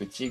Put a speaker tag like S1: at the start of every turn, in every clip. S1: 内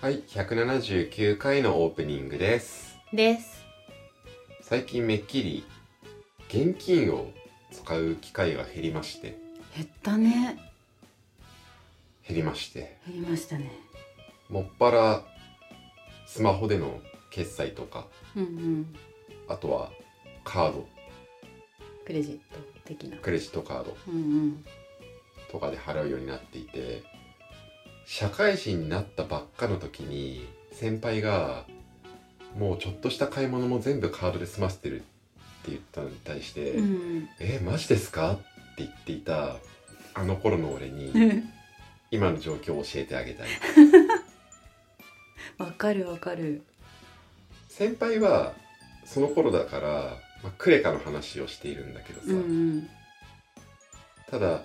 S1: はい179回のオープニングです
S2: です
S1: 最近めっきり現金を使う機会が減りまして
S2: 減ったね
S1: 減りまして
S2: 減りましたね
S1: もっぱらスマホでの決済とか
S2: うんうん
S1: あとはカード
S2: クレジット的な
S1: クレジットカード
S2: うんうん
S1: とかで払うようになっていて社会人になったばっかの時に先輩がもうちょっとした買い物も全部カードで済ませてるって言ったのに対して「
S2: うん
S1: えマジですか?」って言っていたあの頃の 俺に
S2: うん
S1: 今の状況を教えてあげたい
S2: わかるわかる
S1: 先輩はその頃だから、まあ、クレカの話をしているんだけどさ、
S2: うんうん
S1: ただ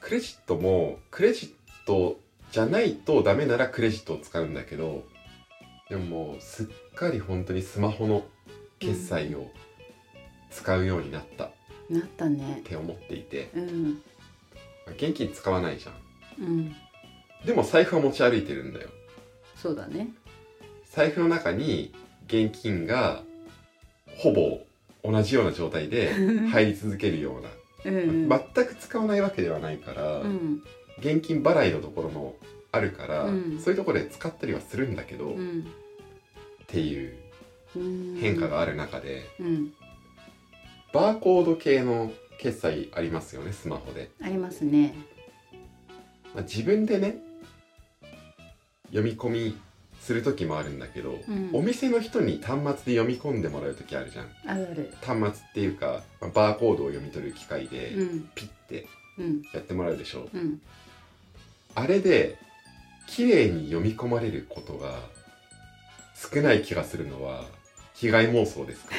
S1: クレジットもクレジットじゃないとダメならクレジットを使うんだけどでももうすっかり本当にスマホの決済を使うようになったっ
S2: なったね
S1: て思っていて、
S2: うん
S1: まあ現金使わないじゃ
S2: う
S1: ん
S2: ん
S1: でも財布は持ち歩いてるんだよ
S2: そうだね
S1: 財布の中に現金がほぼ同じような状態で入り続けるような
S2: うんうん、
S1: 全く使わないわけではないから、
S2: うん
S1: 現金払いのところもあるから、
S2: うん
S1: そういうところで使ったりはするんだけど、
S2: う
S1: っ
S2: ん
S1: ていう
S2: うん
S1: 変化がある中で、
S2: うん
S1: バーコード系の決済ありますよねスマホで、
S2: ありますね
S1: まあ、自分でね読み込みする時もあるんだけど、
S2: うん
S1: お店の人に端末で読み込んでもらう時あるじゃん
S2: あるある
S1: 端末っていうか、まあバーコードを読み取る機械で、
S2: うん
S1: ピッて
S2: うん
S1: やってもらうでしょ
S2: うん
S1: あれで綺麗に読み込まれることが少ない気がするのは被害妄想ですか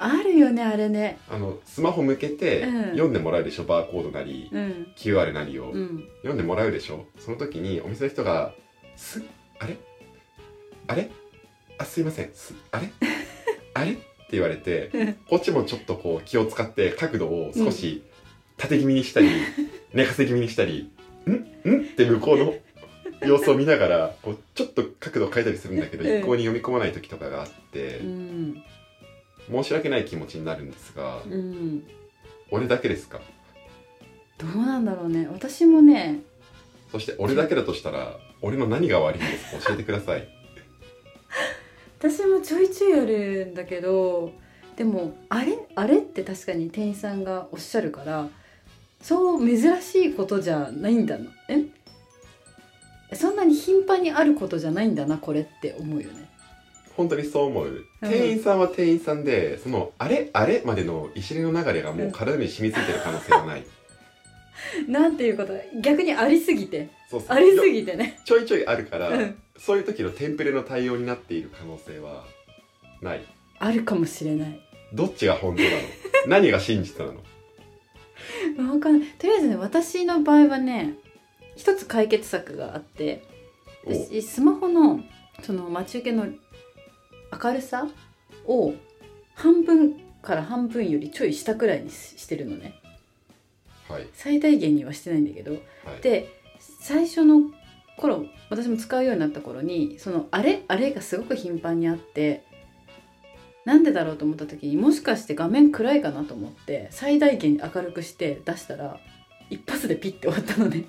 S2: あるよねあれね
S1: あのスマホ向けて
S2: うん
S1: 読んでもらうでしょ、バーコードなり
S2: うん、
S1: QR なりを
S2: うん、
S1: 読んでもらうでしょその時にお店の人が「すあれあれあすいませんすあれあれ?」って言われて
S2: うん
S1: こっちもちょっとこう気を使って角度を少し縦気味にしたり、寝かせ気味にしたり「んん?」って向こうの様子を見ながらこうちょっと角度を変えたりするんだけど
S2: うん
S1: 一向に読み込まない時とかがあって
S2: うん
S1: 申し訳ない気持ちになるんですが
S2: うん、
S1: 俺だけですか
S2: どうなんだろうね私もね
S1: そして俺だけだとしたら俺の何が悪いんですか教えてください。
S2: 私もちょいちょいやるんだけどでもあれあれって確かに店員さんがおっしゃるからそう珍しいことじゃないんだなえそんなに頻繁にあることじゃないんだなこれって思うよね
S1: 本当にそう思う
S2: うん
S1: 店員さんは店員さんでその「あれあれ?」までの一連の流れがもう体に染み付いてる可能性はない
S2: なんていうこと逆にありすぎて
S1: そうそう
S2: ありすぎてね
S1: ちょいちょいあるから、
S2: うん
S1: そういう時のテンプレの対応になっている可能性はない
S2: あるかもしれない
S1: どっちが本当 なの何が真実なの
S2: わかんないとりあえずね私の場合はね一つ解決策があって
S1: お
S2: 私スマホのその待ち受けの明るさを半分から半分よりちょい下くらいにししてるのね
S1: はい
S2: 最大限にはしてないんだけど
S1: はい
S2: で最初の頃私も使うようになった頃にそのあれあれがすごく頻繁にあってなんでだろうと思った時にもしかして画面暗いかなと思って最大限明るくして出したら一発でピッて終わったのね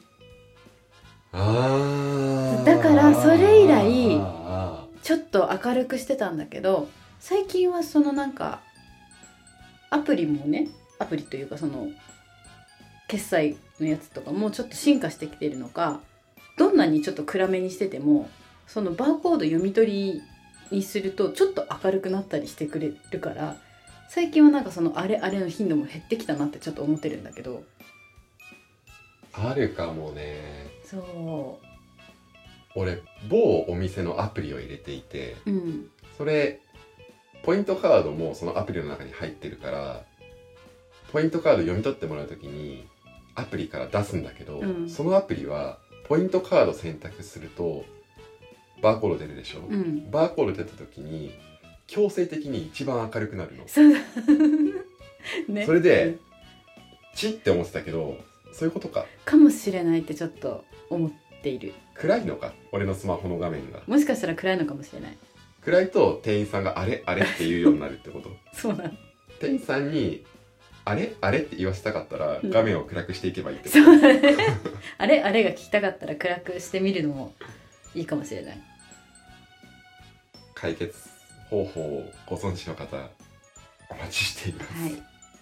S1: あー
S2: だからそれ以来
S1: あ
S2: ちょっと明るくしてたんだけど最近はそのなんかアプリもねアプリというかその決済のやつとかもちょっと進化してきてるのかどんなにちょっと暗めにしててもそのバーコード読み取りにするとちょっと明るくなったりしてくれるから最近はなんかそのあれあれの頻度も減ってきたなってちょっと思ってるんだけど
S1: ーあるかもね
S2: そ
S1: 俺某お店のアプリを入れていて
S2: ううん
S1: それポイントカードもそのアプリの中に入ってるからポイントカード読み取ってもらうときにアプリから出すんだけど、
S2: うん
S1: そのアプリはポイントカード選択するとバーコード出るでしょ、
S2: うん
S1: バーコード出たときに強制的に一番明るくなるの
S2: そうだね
S1: それでチって思ってたけどそういうことか
S2: かもしれないってちょっと思っている
S1: 暗いのか俺のスマホの画面が
S2: もしかしたら暗いのかもしれない
S1: 暗いと店員さんがあれあれって言うようになるってこと
S2: そうなの
S1: 店員さんにあれあれって言わせたかったら
S2: うん
S1: 画面を暗くしていけばいいってこと、
S2: そう だねあれあれが聞きたかったら暗くしてみるのもいいかもしれない
S1: 解決方法をご存知の方お待ちしています、
S2: はい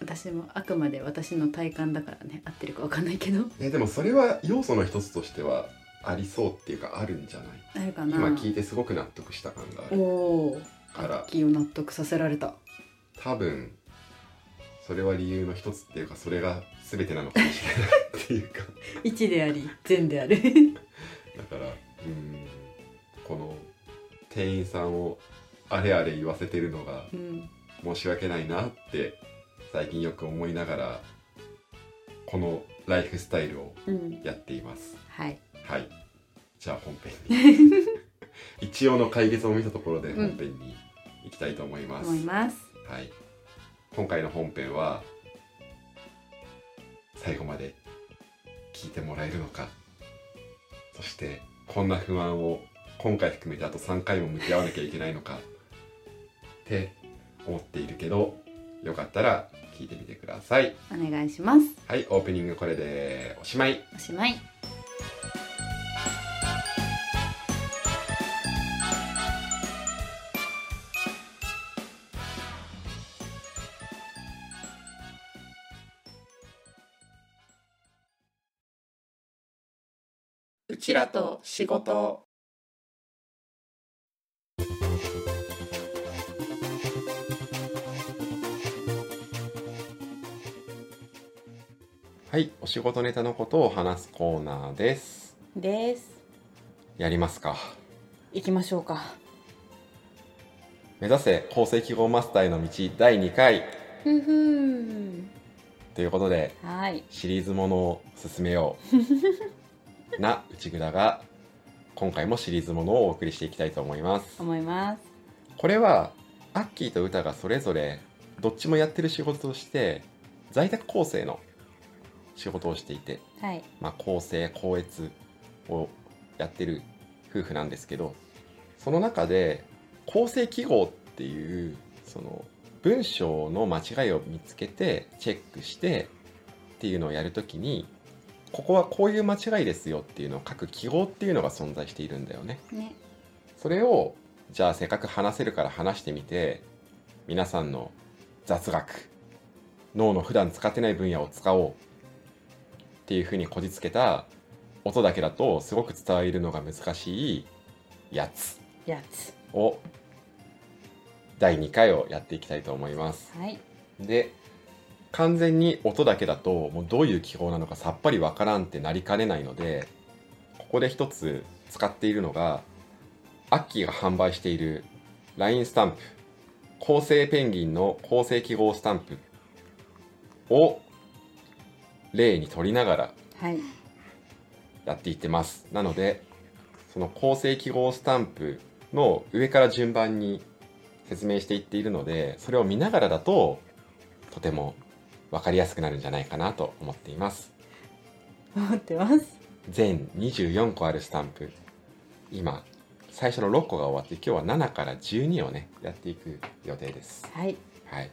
S2: 私もあくまで私の体感だからね合ってるかわかんないけど
S1: えでもそれは要素の一つとしてはありそうっていうかあるんじゃない
S2: あるかな
S1: 今聞いてすごく納得した感があ
S2: お
S1: る
S2: おア
S1: か
S2: ッ
S1: ら
S2: キーを納得させられた
S1: 多分それは理由の一つっていうかそれが全てなのかもしれないっていうか
S2: 一であり善である
S1: だからうーんこの店員さんをあれあれ言わせてるのが
S2: うん
S1: 申し訳ないなって最近よく思いながらこのライフスタイルを
S2: うん
S1: やっています
S2: はい
S1: はいじゃあ本編に 一応の解決を見たところで本編に行きたいと思います、
S2: 思います
S1: はい今回の本編は最後まで聞いてもらえるのかそしてこんな不安を今回含めてあと3回も向き合わなきゃいけないのかって思っているけどよかったら聞いてみてください
S2: お願いします
S1: はいオープニングこれでおしまい
S2: おしまい
S3: うちらと仕事。
S1: はいお仕事ネタのことを話すコーナーです
S4: です
S1: やりますか
S4: 行きましょうか
S1: 目指せ厚生記号マスターへの道第2回
S4: ふうふう
S1: ということで
S4: はい
S1: シリーズものを進めような内蔵が今回もシリーズものをお送りしていきたいと思います
S4: 思います
S1: これはアッキーとウタがそれぞれどっちもやってる仕事として在宅構成の仕事をしていて、
S4: はい
S1: まあ、構成校閲をやってる夫婦なんですけどその中で構成記号っていうその文章の間違いを見つけてチェックしてっていうのをやるときにここはこういう間違いですよっていうのを書く記号っていうのが存在しているんだよね。
S2: ね
S1: それをじゃあせっかく話せるから話してみて皆さんの雑学脳の普段使ってない分野を使おうっていうふうにこじつけた音だけだとすごく伝えるのが難しいやつ
S4: やつ
S1: を第2回をやっていきたいと思います。
S4: はい
S1: で完全に音だけだともうどういう記号なのかさっぱりわからんってなりかねないのでここで一つ使っているのがアッキーが販売している LINE スタンプ「構成ペンギン」の構成記号スタンプを例に取りながら
S4: はい
S1: やっていってますなのでその構成記号スタンプの上から順番に説明していっているのでそれを見ながらだととても分かりやすくなるんじゃないかなと思っています
S4: 思ってます
S1: 全24個あるスタンプ今最初の6個が終わって今日は7から12をねやっていく予定です。
S2: はい
S1: はい、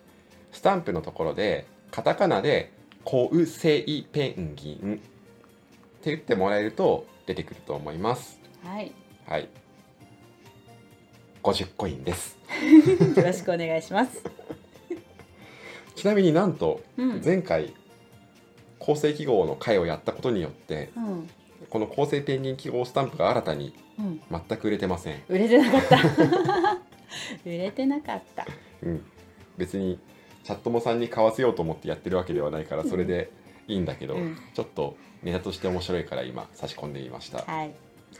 S1: スタンプのところでカタカナで「コウセイペンギン」って言ってもらえると出てくると思います。
S2: はい
S1: はい、50コインです。
S2: よろしくお願いします。
S1: ちなみになんと
S2: うんうん
S1: 前回構成記号の回をやったことによってこの構成ペンギン記号スタンプが新たに
S2: うん
S1: 全く売れてません。
S2: 売れてなかった。 売れてなかった。
S1: うん、別にチャットモさんに買わせようと思ってやってるわけではないからそれでいいんだけど、
S2: うん
S1: ちょっとネタとして面白いから今差し込んでみました、
S2: はい。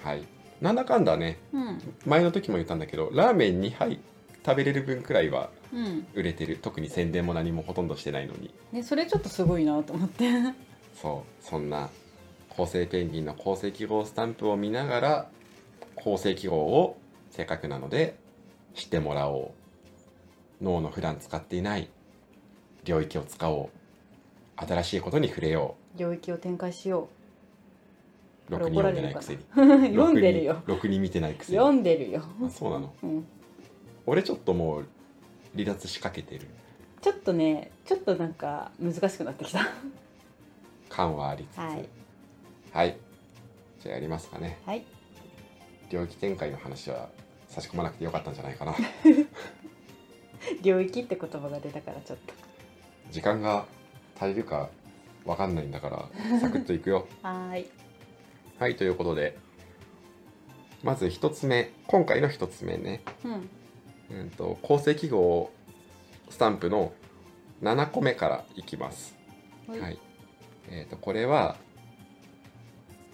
S1: はい、なんだかんだね
S2: うん
S1: 前の時も言ったんだけどラーメン2杯食べれる分くらいは
S2: うん。
S1: 売れてる特に宣伝も何もほとんどしてないのに
S2: ねそれちょっとすごいなと思って。
S1: そうそんな構成ペンギンの構成記号スタンプを見ながら構成記号をせっかくなので知ってもらおう脳の普段使っていない領域を使おう新しいことに触れよ
S2: 領域を展開しよ
S1: うろくに読んでないくせに
S2: う。 読んでるよ。
S1: ろくにろくに見てないくせに
S2: 読んでるよ。
S1: あそうなの
S2: うん。
S1: 俺ちょっともう離脱しかけてる
S2: ちょっとね、ちょっとなんか難しくなってきた。
S1: 感はありつつ
S2: はい、
S1: はいじゃあやりますかね
S2: はい。
S1: 領域展開の話は差し込まなくてよかったんじゃないかな
S2: 領域って言葉が出たからちょっと。
S1: 時間が足りるかわかんないんだからサクッといくよ
S2: はーい。
S1: はいということでまず一つ目今回の一つ目ね、
S2: うん。
S1: うん、と構成記号スタンプの7個目からいきます
S2: は
S1: はいい、えっ、とこれは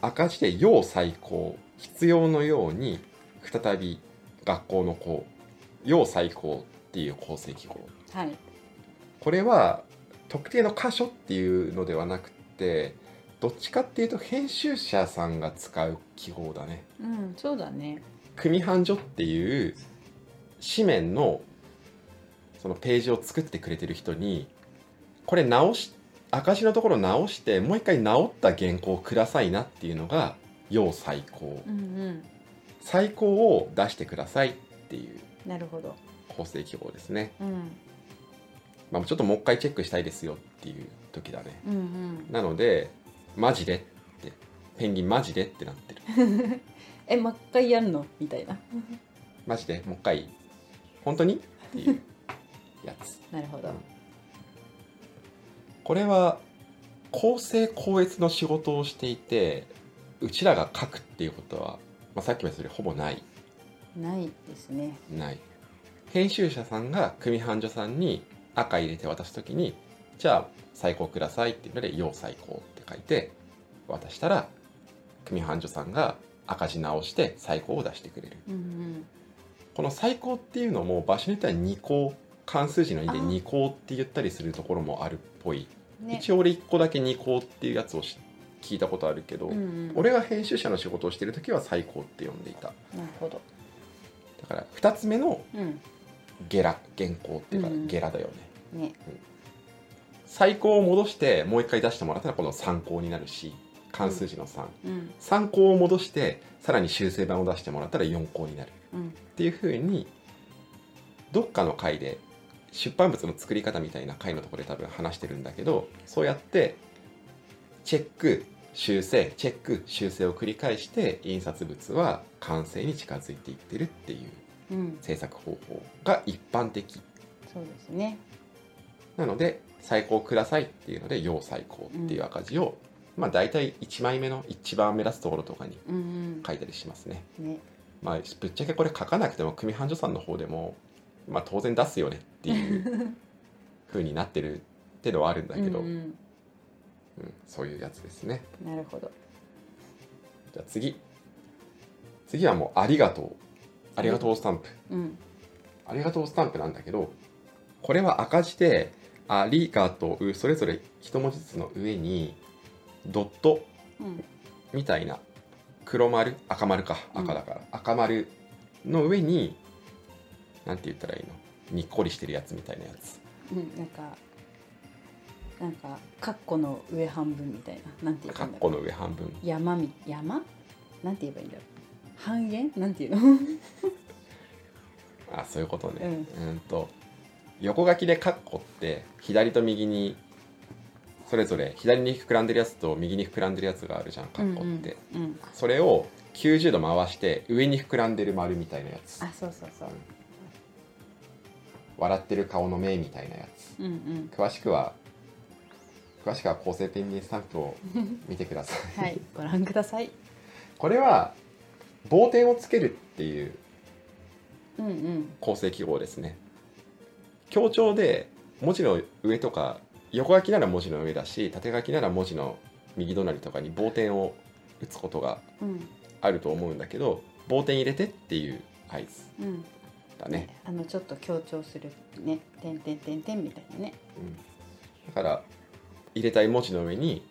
S1: 赤字で「要最高」必要のように再び学校の子「要最高」っていう構成記号
S2: はい。
S1: これは特定の箇所っていうのではなくてどっちかっていうと編集者さんが使う記号だね
S2: うん、そうだね。
S1: 組版所っていう紙面のそのページを作ってくれてる人にこれ直し赤字のところ直してもう一回直った原稿をくださいなっていうのが要最高
S2: うんうん。
S1: 最高を出してくださいっていう
S2: なるほど。
S1: 構成記号ですね、
S2: うん。
S1: まあ、ちょっともう一回チェックしたいですよっていう時だね
S2: うんうん。
S1: なのでマジでってペンギンマジでってなってる
S2: え、もう一回やるのみたいな。
S1: マジでもう一回本当にっていうやつ
S2: なるほど。
S1: これは公正公越の仕事をしていてうちらが書くっていうことは、まあ、さっきも言ったよりほぼない
S2: ないですね。
S1: ない編集者さんが組版所さんに赤入れて渡す時にじゃあ最高くださいっていうので「要最高」って書いて渡したら組版所さんが赤字直して最高を出してくれる
S2: うん
S1: この最高っていうのも場所によっては2項関数字の2で
S2: あー
S1: 2項って言ったりするところもあるっぽい、
S2: うん。ね。
S1: 一応俺1個だけ2項っていうやつをし聞いたことあるけど、
S2: うんうん。
S1: 俺が編集者の仕事をしてる時は最高って呼んでいた
S2: なるほど。
S1: だから2つ目の
S2: うん。
S1: ゲラ原稿っていうか
S2: うん
S1: ゲラだよね、
S2: ね。
S1: 最高を戻してもう一回出してもらったらこの参考になるし関数字の3、
S2: うん。
S1: 参考を戻してさらに修正版を出してもらったら4項になる
S2: うん。
S1: っていうふうにどっかの回で出版物の作り方みたいな回のところで多分話してるんだけどそうやってチェック修正チェック修正を繰り返して印刷物は完成に近づいていってるっていう
S2: うん。
S1: 制作方法が一般的
S2: そうですね。
S1: なので最高くださいっていうので要最高っていう赤字を、まあ大体1枚目の一番目立つところとかに
S2: うん
S1: 書いたりしますね。
S2: うん。ね。
S1: まあ、ぶっちゃけこれ書かなくても組版所さんの方でも、まあ、当然出すよねっていう風になってるってのはあるんだけど、
S2: う
S1: うん
S2: ん
S1: そういうやつですね
S2: うん。なるほど。
S1: じゃあ次次はもう「ありがとう」「ありがとうスタンプ」
S2: うん。
S1: 「ありがとうスタンプ」なんだけどこれは赤字で「ありがとう」それぞれ一文字ずつの上にドット
S2: うん。
S1: みたいな黒丸赤丸か
S2: うん
S1: 赤だから、赤丸の上になんて言ったらいいのにっこりしてるやつみたいなやつ
S2: うん。なんか。なんか、カッコの上半分みたいな。なんて言えば
S1: カ
S2: いいんだ
S1: ッ
S2: ろ
S1: コの上半分
S2: う。山み、山。なんて言えばいいんだろう。半減なんていうの
S1: あそういうことね、うん、と横書きでカッコって左と右にそれぞれ左に膨らんでるやつと右に膨らんでるやつがあるじゃんカッコって、
S2: うんうん、
S1: それを90度回して上に膨らんでる丸みたいなやつ
S2: あそうそうそう
S1: 笑ってる顔の目みたいなやつ
S2: うんうん
S1: 詳しくは詳しくは構成ペンギンスタンプを見てください、
S2: はいご覧ください
S1: これは棒点をつけるっていう
S2: うんうん
S1: 構成記号ですね強調で文字の上とか横書きなら文字の上だし縦書きなら文字の右隣とかに棒点を打つことが
S2: うん
S1: あると思うんだけど棒点入れてっていう合図
S2: うん
S1: だね、
S2: あのちょっと強調するね点点点点みたいなね
S1: うん、だから入れたい文字の上に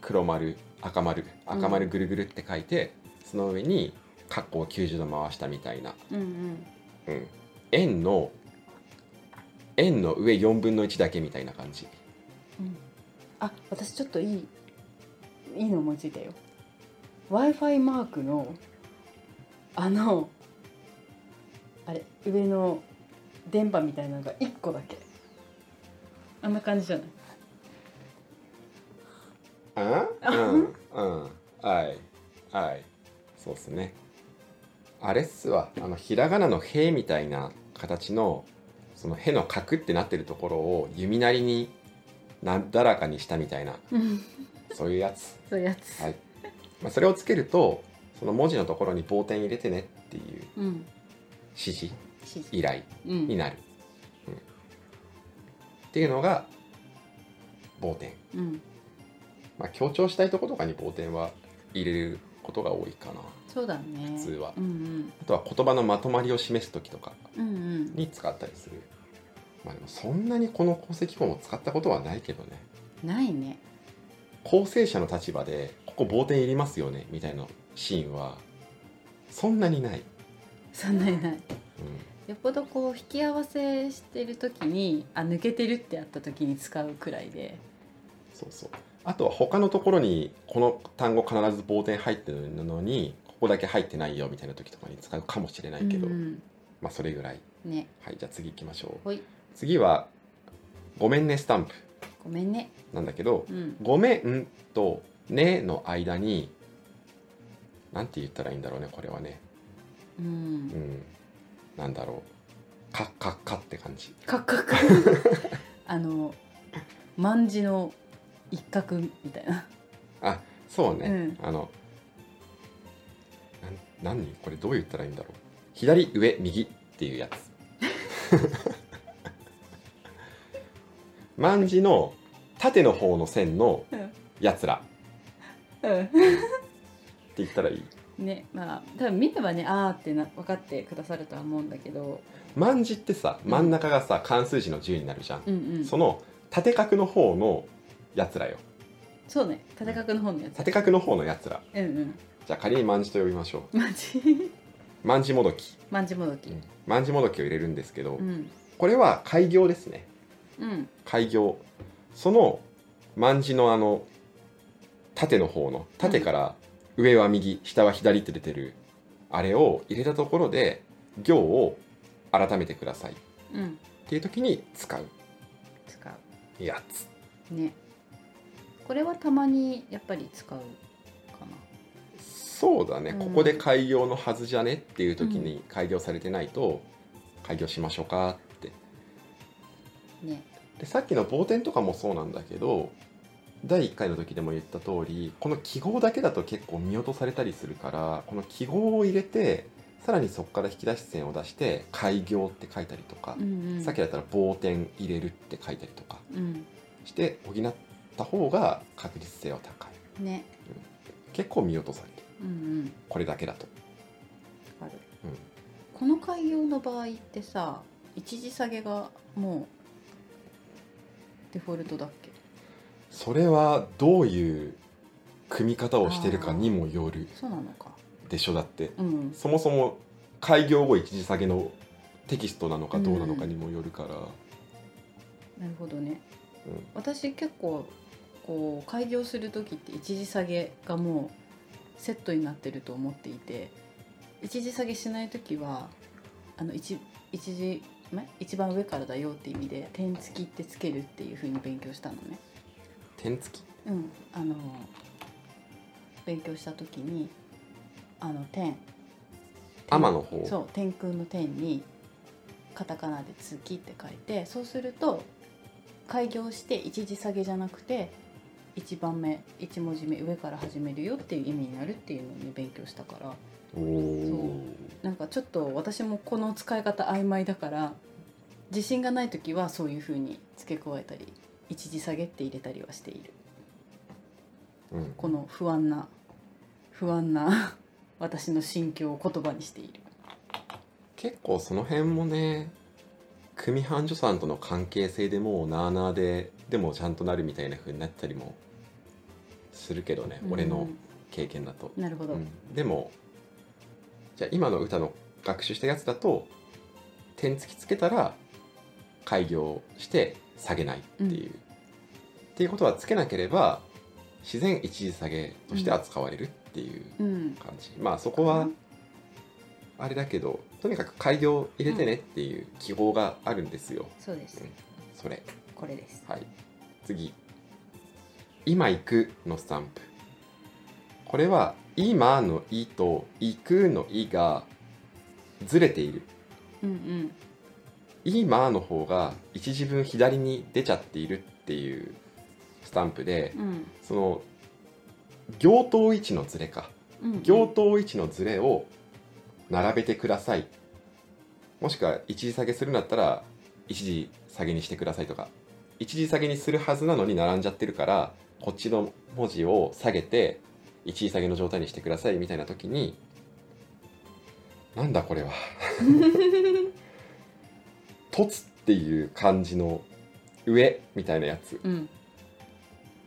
S1: 黒丸赤丸赤丸ぐるぐるって書いて、その上に括弧を90度回したみたいな
S2: うんうん
S1: うん、円の円の上4分の1だけみたいな感じ
S2: うんあ私ちょっといいいいの思いついたよ w i f i マークのあのあれ上の電波みたいなのが1個だけあんな感じじゃない
S1: うんうんうんはいはいそうっすねあれっすわあのひらがなの「へ」みたいな形のその「へ」の角ってなってるところを弓なりになだらかにしたみたいなそういうやつ、
S2: そういうやつ、
S1: はいまあ、それをつけるとその文字のところに棒点入れてねっていう
S2: うん
S1: 指示
S2: 指示
S1: 依頼
S2: うん
S1: になる、うんっていうのが棒点、
S2: うん
S1: まあ、強調したいところとかに棒点は入れることが多いかな
S2: そうだね
S1: 普通は
S2: うん
S1: あとは言葉のまとまりを示す時とか
S2: うんうんうん
S1: に使ったりするまあでもそんなにこの構成記号も使ったことはないけどね
S2: ないね
S1: 構成者の立場でここ棒点いりますよねみたいなシーンはそんなにない、
S2: そんなにない
S1: うん
S2: よっぽどこう引き合わせしてる時にあ抜けてるってあった時に使うくらいで
S1: そうそうあとは他のところにこの単語必ず棒点入ってるのにここだけ入ってないよみたいな時とかに使うかもしれないけど、
S2: うん
S1: まあそれぐらい
S2: うんね
S1: はいじゃあ次行きましょう
S2: ほい
S1: 次は「ごめんね」スタンプ
S2: ごめんね
S1: なんだけど
S2: うん
S1: 「ごめん」と「ね」の間になんて言ったらいいんだろうねこれはね
S2: う
S1: うんんなんだろう「かっかっか」って感じ
S2: カッカッ カあの万字の一角みたいな
S1: あそうね、
S2: うん
S1: あのなん何これどう言ったらいいんだろう左上右っていうやつ 万字の縦の方の線のやつらって言ったらいい
S2: ねまあ多分見ればねあーってな分かってくださるとは思うんだけど
S1: 万字ってさ真ん中がさ漢数字の10になるじゃん、
S2: うんうん
S1: その縦角の方のやつらよ
S2: そうね縦角の方のやつ
S1: 縦角の方のやつら
S2: うんうん
S1: じゃあ仮に万字と呼びましょ
S2: 万字
S1: う万字もどき
S2: 万字もどき
S1: 万字もどきを入れるんですけど、
S2: うん
S1: これは開業ですね
S2: うん
S1: 開業その万字のあの縦の方の縦から上は右下は左って出てるあれを入れたところで行を改めてくださいっ
S2: うん
S1: ていう時に使う
S2: 使う
S1: やつ
S2: ねこれはたまにやっぱり使うかな
S1: そうだね、
S2: うん
S1: ここで開業のはずじゃねっていう時に開業されてないと開業しましょうかって
S2: ね
S1: でさっきの棒点とかもそうなんだけど第1回の時でも言った通りこの記号だけだと結構見落とされたりするからこの記号を入れてさらにそこから引き出し線を出して「開業」って書いたりとか、
S2: ん
S1: さっきだったら「棒点入れる」って書いたりとか
S2: うん
S1: して補った方が確実性は高い
S2: ね
S1: 結構見落とされる
S2: うんうん
S1: これだけだと、
S2: わかる
S1: うん
S2: この開業の場合ってさ一時下げがもうデフォルトだっけ
S1: それはどういう組み方をしてるかにもよる
S2: そうなのか
S1: でしょだって
S2: うん
S1: そもそも開業後一時下げのテキストなのかどうなのかにもよるから、
S2: なるほどね
S1: うん
S2: 私結構こう開業する時って一時下げがもうセットになってると思っていて一時下げしない時はあの一一時前一番上からだよっていう意味で点付きってつけるっていうふうに勉強したのね。
S1: 点付き
S2: うん、あの勉強した時にあの点
S1: 天の方
S2: そう天空の天にカタカナで「月」って書いてそうすると開業して一時下げじゃなくて1番目1文字目上から始めるよっていう意味になるっていうのをね勉強したから
S1: おお
S2: なんかちょっと私もこの使い方曖昧だから自信がない時はそういう風に付け加えたり一時下げって入れたりはしている
S1: う、ん、
S2: この不安な不安な 私の心境を言葉にしている。
S1: 結構その辺もね組繁女さんとの関係性でもうなあなあででもちゃんとなるみたいな風になったりもするけどね、俺の経験だと
S2: うんなるほど、
S1: うんでもじゃあ今の歌の学習したやつだと点付きつけたら開業して下げないっていう、っていうことはつけなければ自然一時下げとして扱われるっていう
S2: うん、
S1: 感じ、まあそこはあれだけどとにかく開業入れてねっていう記号があるんですよ、
S2: そうです
S1: それ
S2: これです
S1: はい次「今行く」のスタンプこれは「今」の「い」と「行く」の「い」がずれている
S2: うんうん
S1: 「今」の方が一字分左に出ちゃっているっていうスタンプで
S2: うん
S1: その行頭位置のずれか
S2: うん
S1: 行頭位置のずれを並べてくださいもしくは一時下げするんだったら一時下げにしてくださいとか一時下げにするはずなのに並んじゃってるからこっちの文字を下げて一時下げの状態にしてくださいみたいな時になんだこれは 「とつ」っていう漢字の上みたいなやつ
S2: うん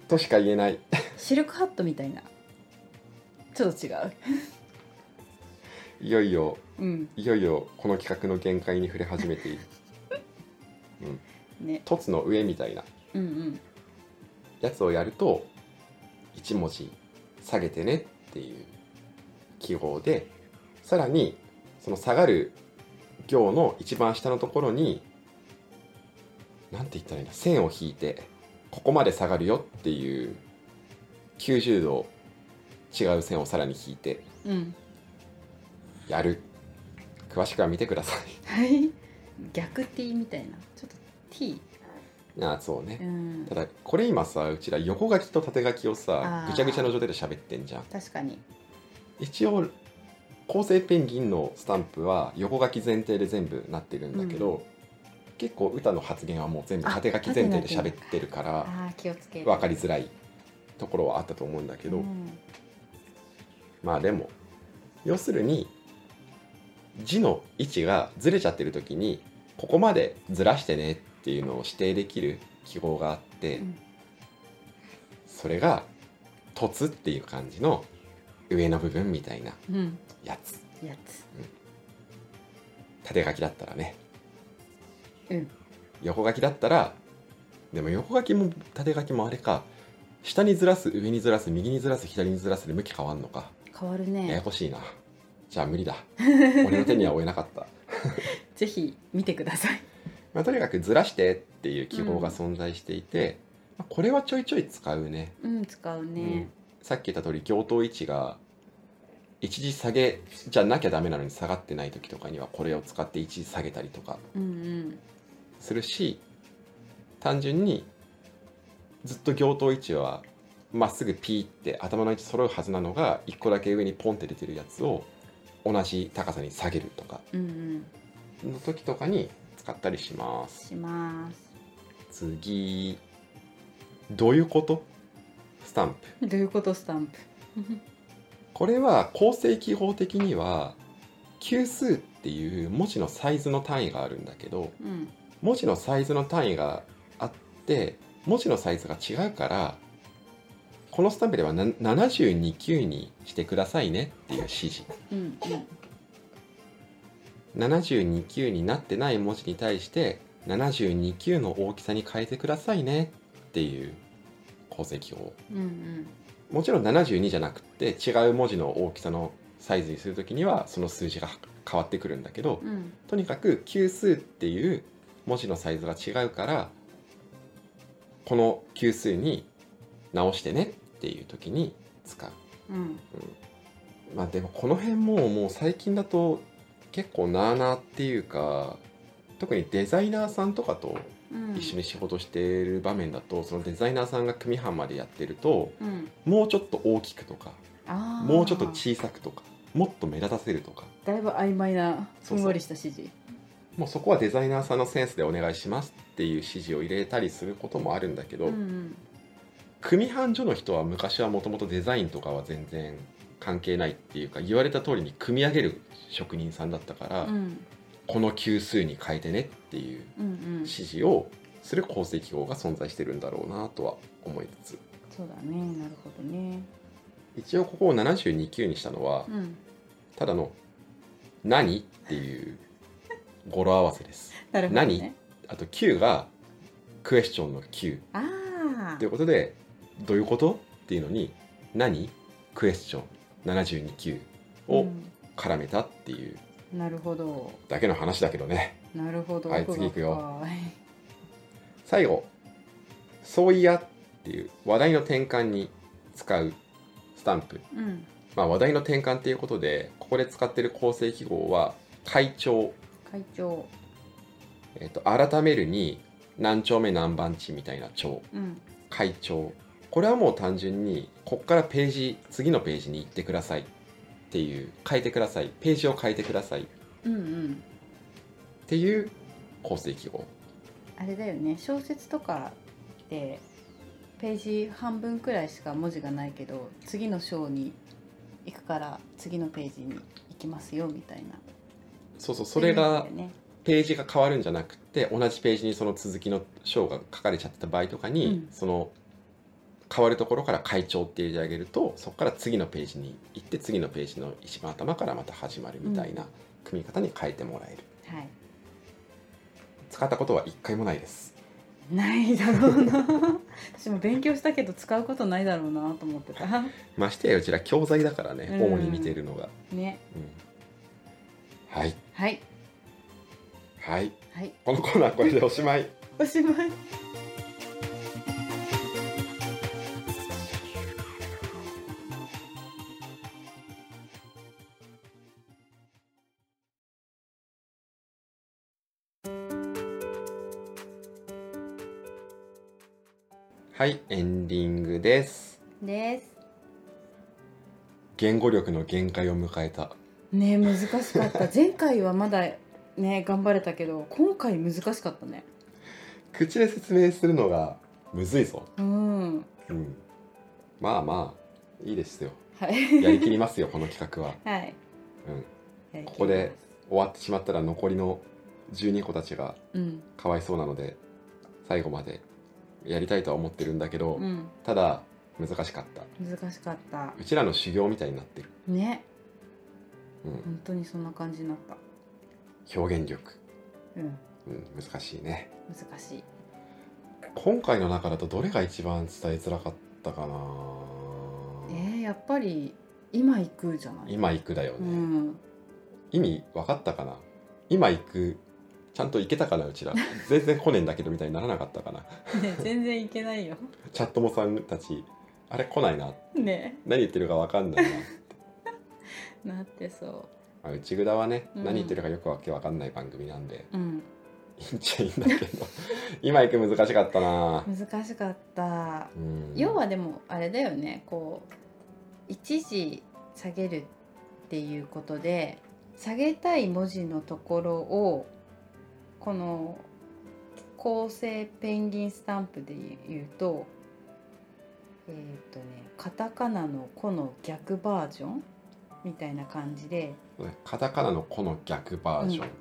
S1: としか言えない
S2: シルクハットみたいなちょっと違う
S1: いよいよ
S2: うん
S1: いよいよこの企画の限界に触れ始めている
S2: ね
S1: 凸の上みたいな
S2: うんうん
S1: やつをやると1文字下げてねっていう記号でさらにその下がる行の一番下のところになんて言ったらいいんだ線を引いてここまで下がるよっていう90度違う線をさらに引いて
S2: うん
S1: やる詳しくは見てくださ
S2: はい逆 T みたいなちょっと T
S1: い ああそうね
S2: うん
S1: ただこれ今さうちら横書きと縦書きを
S2: あ
S1: さ
S2: ー
S1: ぐちゃぐちゃの状態で喋ってんじゃん
S2: 確かに
S1: 一応構成ペンギンのスタンプは横書き前提で全部なってるんだけど、結構歌の発言はもう全部
S2: あ
S1: 縦書き前提で喋ってるから
S2: ああ気をつける
S1: 分かりづらいところはあったと思うんだけど、
S2: うん
S1: まあでも要するに字の位置がずれちゃってる時にここまでずらしてねっていうのを指定できる記号があって、
S2: うん
S1: それが「凸」っていう感じの上の部分みたいな
S2: うん
S1: やつ
S2: やつ
S1: 縦書きだったらね
S2: うん
S1: 横書きだったらでも横書きも縦書きもあれか下にずらす上にずらす右にずらす左にずらすで向き変わんのか
S2: 変わる
S1: やや
S2: ね
S1: こしいなじゃあ無理だ俺の手には負えなかった
S2: ぜひ見てください
S1: まあ、とにかくずらしてっていう記号が存在していて、まあこれはちょいちょい使うね
S2: うん使う
S1: うん、さっき言った通り行頭位置が一時下げじゃなきゃダメなのに下がってない時とかにはこれを使って一時下げたりとか
S2: うん
S1: するし単純にずっと行頭位置はまっすぐピーって頭の位置揃うはずなのが一個だけ上にポンって出てるやつを同じ高さに下げるとか
S2: うんうんうん
S1: の時とかに使ったりします。
S2: します
S1: 次どういうことスタンプ
S2: どういうことスタンプ
S1: これは構成記号的には級数っていう文字のサイズの単位があるんだけど
S2: うん
S1: 文字のサイズの単位があって文字のサイズが違うからこのスタンプではな72級にしてくださいねっていう指示
S2: うんうん
S1: 72級になってない文字に対して72級の大きさに変えてくださいねっていう構成記号
S2: うんうん
S1: もちろん72じゃなくて違う文字の大きさのサイズにするときにはその数字が変わってくるんだけど
S2: うん
S1: とにかく級数っていう文字のサイズが違うからこの級数に直してねっていう時に使う。
S2: うん
S1: まあでもこの辺ももう最近だと結構なあなあっていうか特にデザイナーさんとかと
S2: うん
S1: 一緒に仕事している場面だと、そのデザイナーさんが組版までやってると
S2: うん
S1: もうちょっと大きくとか
S2: あー
S1: もうちょっと小さくとかもっと目立たせるとか
S2: だいぶ曖昧なふ
S1: そうそうん
S2: わりした指示
S1: もうそこはデザイナーさんのセンスでお願いしますっていう指示を入れたりすることもあるんだけど、
S2: うん
S1: 組版所の人は昔はもともとデザインとかは全然関係ないっていうか言われた通りに組み上げる職人さんだったから、
S2: うん
S1: この級数に変えてねっていう
S2: うんうん
S1: 指示をする構成記号が存在してるんだろうなとは思いつつ
S2: そうだねなるほどね
S1: 一応ここを72級にしたのは
S2: うん
S1: ただの「何?」っていう語呂合わせです
S2: なるほどね
S1: あと「Q」がクエスチョンの「Q」
S2: ああ
S1: ということで「どういうこと?」っていうのに「何?」クエスチョン72級を絡めたってい
S2: う
S1: う
S2: んなるほど
S1: だけの話だけどね
S2: なるほど
S1: はい次行くよ
S2: 奥が深い
S1: 最後「そういや」っていう話題の転換に使うスタンプ、
S2: うん
S1: まあ、話題の転換っていうことでここで使ってる構成記号は「会長
S2: 会長」
S1: えっと改めるに「何丁目何番地」みたいな帳
S2: うん
S1: 会長これはもう単純にこっからページ次のページに行ってくださいっていう変えてくださいページを変えてくださいっ
S2: うんうん
S1: ていう構成記号
S2: あれだよね小説とかでページ半分くらいしか文字がないけど次の章に行くから次のページに行きますよみたいな
S1: そうそうそれが
S2: そういうやつだよね
S1: ページが変わるんじゃなくて同じページにその続きの章が書かれちゃってた場合とかに、
S2: うん
S1: その変わるところから会長って入れてあげるとそこから次のページに行って次のページの一番頭からまた始まるみたいな組み方に変えてもらえる、
S2: はい
S1: 使ったことは一回もないです
S2: ないだろうな私も勉強したけど使うことないだろうなと思ってた
S1: ましてやうちら教材だからね、
S2: うん
S1: 主に見てるのが、
S2: ね
S1: うんはい
S2: はい
S1: はい
S2: はい
S1: このコーナーこれでおしまい
S2: おしまい
S1: はいエンディングです
S2: です
S1: 言語力の限界を迎えた
S2: ね難しかった前回はまだね頑張れたけど今回難しかったね
S1: 口で説明するのがむずいぞ
S2: うん
S1: うんまあまあいいですよ
S2: はい
S1: やりきりますよ この企画は
S2: はい、
S1: うんここで終わってしまったら残りの12個たちが
S2: うん
S1: かわいそうなので最後までやりたいとは思ってるんだけど、
S2: うん
S1: ただ難しかった
S2: 難しかった
S1: うちらの修行みたいになってる、
S2: ね
S1: うん、
S2: 本当にそんな感じになった
S1: 表現力、
S2: うん
S1: うん、難しいね
S2: 難しい
S1: 今回の中だとどれが一番伝えづらかったかな
S2: えー、やっぱり今行くじゃない
S1: 今行くだよね、
S2: うん
S1: 意味分かったかな今行くちゃんと行けたかなうちら全然来ねえんだけどみたいにならなかったかな
S2: ね全然行けないよ
S1: チャットモさんたちあれ来ないな
S2: ね
S1: 何言ってるか分かんない な
S2: なってそ
S1: まあ内ぐだはね、
S2: うん
S1: 何言ってるかよくわけ分かんない番組なんで
S2: ううん
S1: いいんちゃいいんだけど今行く難しかったな
S2: 難しかった
S1: うん
S2: 要はでもあれだよねこう一時下げるっていうことで下げたい文字のところをこの構成ペンギンスタンプで言うとえっ、とねカタカナの「こ」の逆バージョンみたいな感じで
S1: カタカナの「こ」の逆バージョン、
S2: うん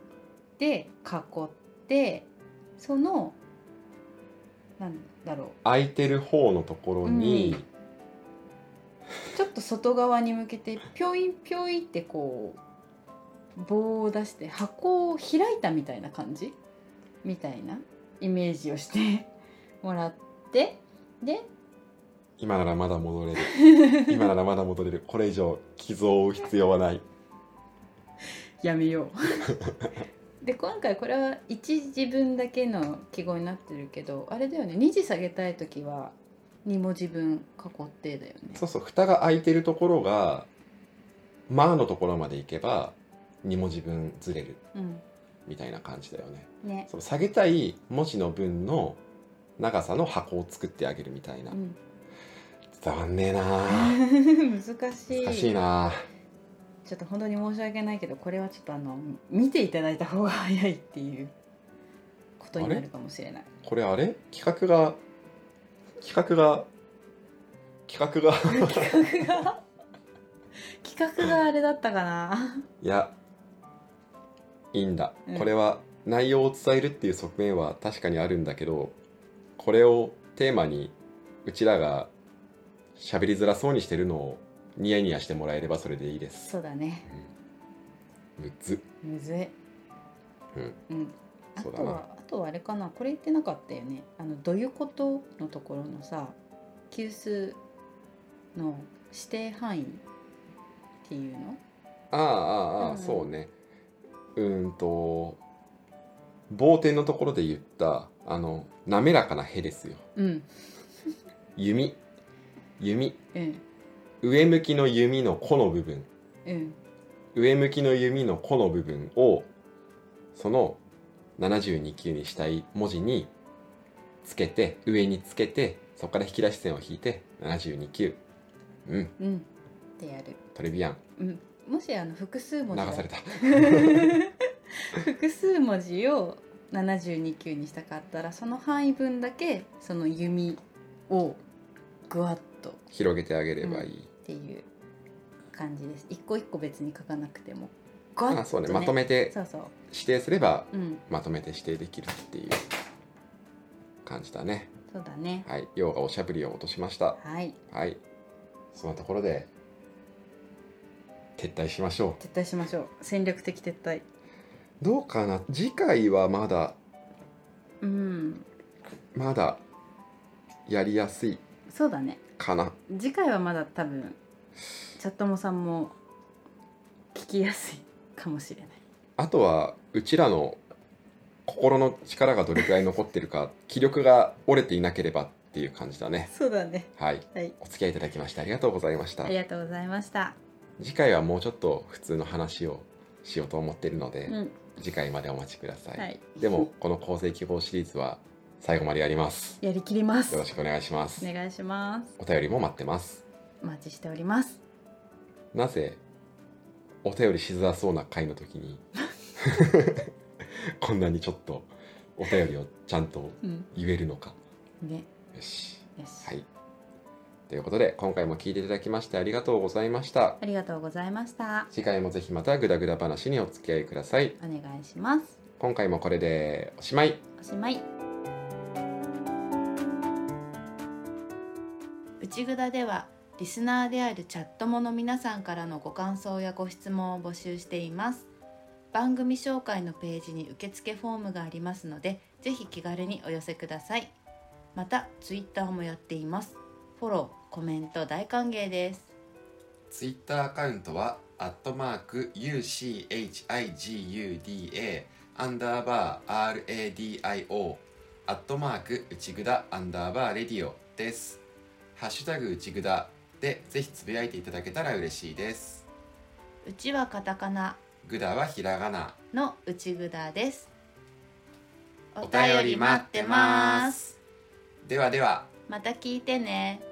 S2: で囲ってそのなんだろう
S1: 空いてる方のところに、
S2: うんちょっと外側に向けてぴょいんぴょいってこう棒を出して箱を開いたみたいな感じみたいなイメージをしてもらってで
S1: 今ならまだ戻 れる今ならまだ戻れるこれ以上傷を負う必要はない
S2: やめよう で今回これは一自分だけの記号になってるけどあれだよね2次下げたい時は2も自分過去定だよね
S1: そうそう蓋が開いてるところが「まあ」のところまでいけば2も自分ずれる
S2: うん
S1: みたいな感じだよね
S2: ね
S1: その下げたい文字の分の長さの箱を作ってあげるみたいな
S2: うん
S1: 伝わんねえなあ
S2: 難しい
S1: 難しいなあ
S2: ちょっと本当に申し訳ないけどこれはちょっとあの見ていただいた方が早いっていうことになるかもしれない
S1: これあれ企画が企画が企画が
S2: 企画が企画があれだったかない
S1: やいいんだ、
S2: うん
S1: これは内容を伝えるっていう側面は確かにあるんだけどこれをテーマにうちらが喋りづらそうにしてるのをニヤニヤしてもらえればそれでいいです
S2: そうだね
S1: むず
S2: むずい
S1: うん
S2: うんあ
S1: そう
S2: と
S1: だな
S2: はあとはあれかなこれ言ってなかったよねあの「どういうこと?」のところのさ級数の指定範囲っていうの
S1: ああああああ、
S2: うん
S1: そうねうーんと冒点のところで言ったあの滑らかなへですよ
S2: うん
S1: 弓弓
S2: うん
S1: 上向きの弓の弧の部分
S2: うん
S1: 上向きの弓の弧の部分をその72級にしたい文字につけて上につけてそこから引き出し線を引いて72級うん
S2: うんってやる
S1: トレビアン
S2: うんもしあの複数
S1: 流
S2: 文字だ
S1: された
S2: 複数文字を72級にしたかったらその範囲分だけその弓をぐわっと
S1: 広げてあげればいい、
S2: っていう感じです一個一個別に書かなくてもぐわっと、ね、
S1: あそうねまとめて
S2: そうそう
S1: 指定すれば
S2: うん
S1: まとめて指定できるっていう感じだね
S2: そうだね
S1: はい陽がおしゃぶりを落としました
S2: はい
S1: はいそのところで撤退しましょう
S2: 撤退しましょう戦略的撤退
S1: どうかな次回はまだ
S2: うん
S1: まだやりやすい
S2: そうだね
S1: かな
S2: 次回はまだ多分チャットモさんも聞きやすいかもしれない
S1: あとはうちらの心の力がどれくらい残ってるか 気力が折れていなければっていう感じだね
S2: そうだね
S1: はい
S2: はい
S1: お付き合いいただきましてありがとうございました
S2: ありがとうございました
S1: 次回はもうちょっと普通の話をしようと思ってるので、
S2: うん
S1: 次回までお待ちください、
S2: はい
S1: でもこの構成希望シリーズは最後までやります
S2: やりきります
S1: よろしくお願いします
S2: お願いします
S1: お便りも待ってます
S2: お待ちしております
S1: なぜお便りしづらそうな回の時に こんなにちょっとお便りをちゃんと
S2: うん
S1: 言えるのか
S2: ね
S1: よし
S2: よし、
S1: はいということで今回も聞いていただきましてありがとうございました
S2: ありがとうございました
S1: 次回もぜひまたグダグダ話にお付き合いください
S2: お願いします
S1: 今回もこれでおしまい
S2: おしまい
S5: 内ぐだではリスナーであるチャットもの皆さんからのご感想やご質問を募集しています番組紹介のページに受付フォームがありますのでぜひ気軽にお寄せくださいまたツイッターもやっていますフォローコメント大歓迎です
S6: ツイッターアカウントは、アットマーク UCHIGUDA アンダーバー RADIO アットマーク内ぐだアンダーバーレディオです。ハッシュタグ内ぐだでぜひつぶやいていただけたら嬉しいです。
S5: うちはカタカナ
S6: ぐだはひらがな。
S5: の内ぐだですお
S6: お
S5: 便り待ってま
S6: す。
S5: す
S6: ではでは。
S5: また聞いてね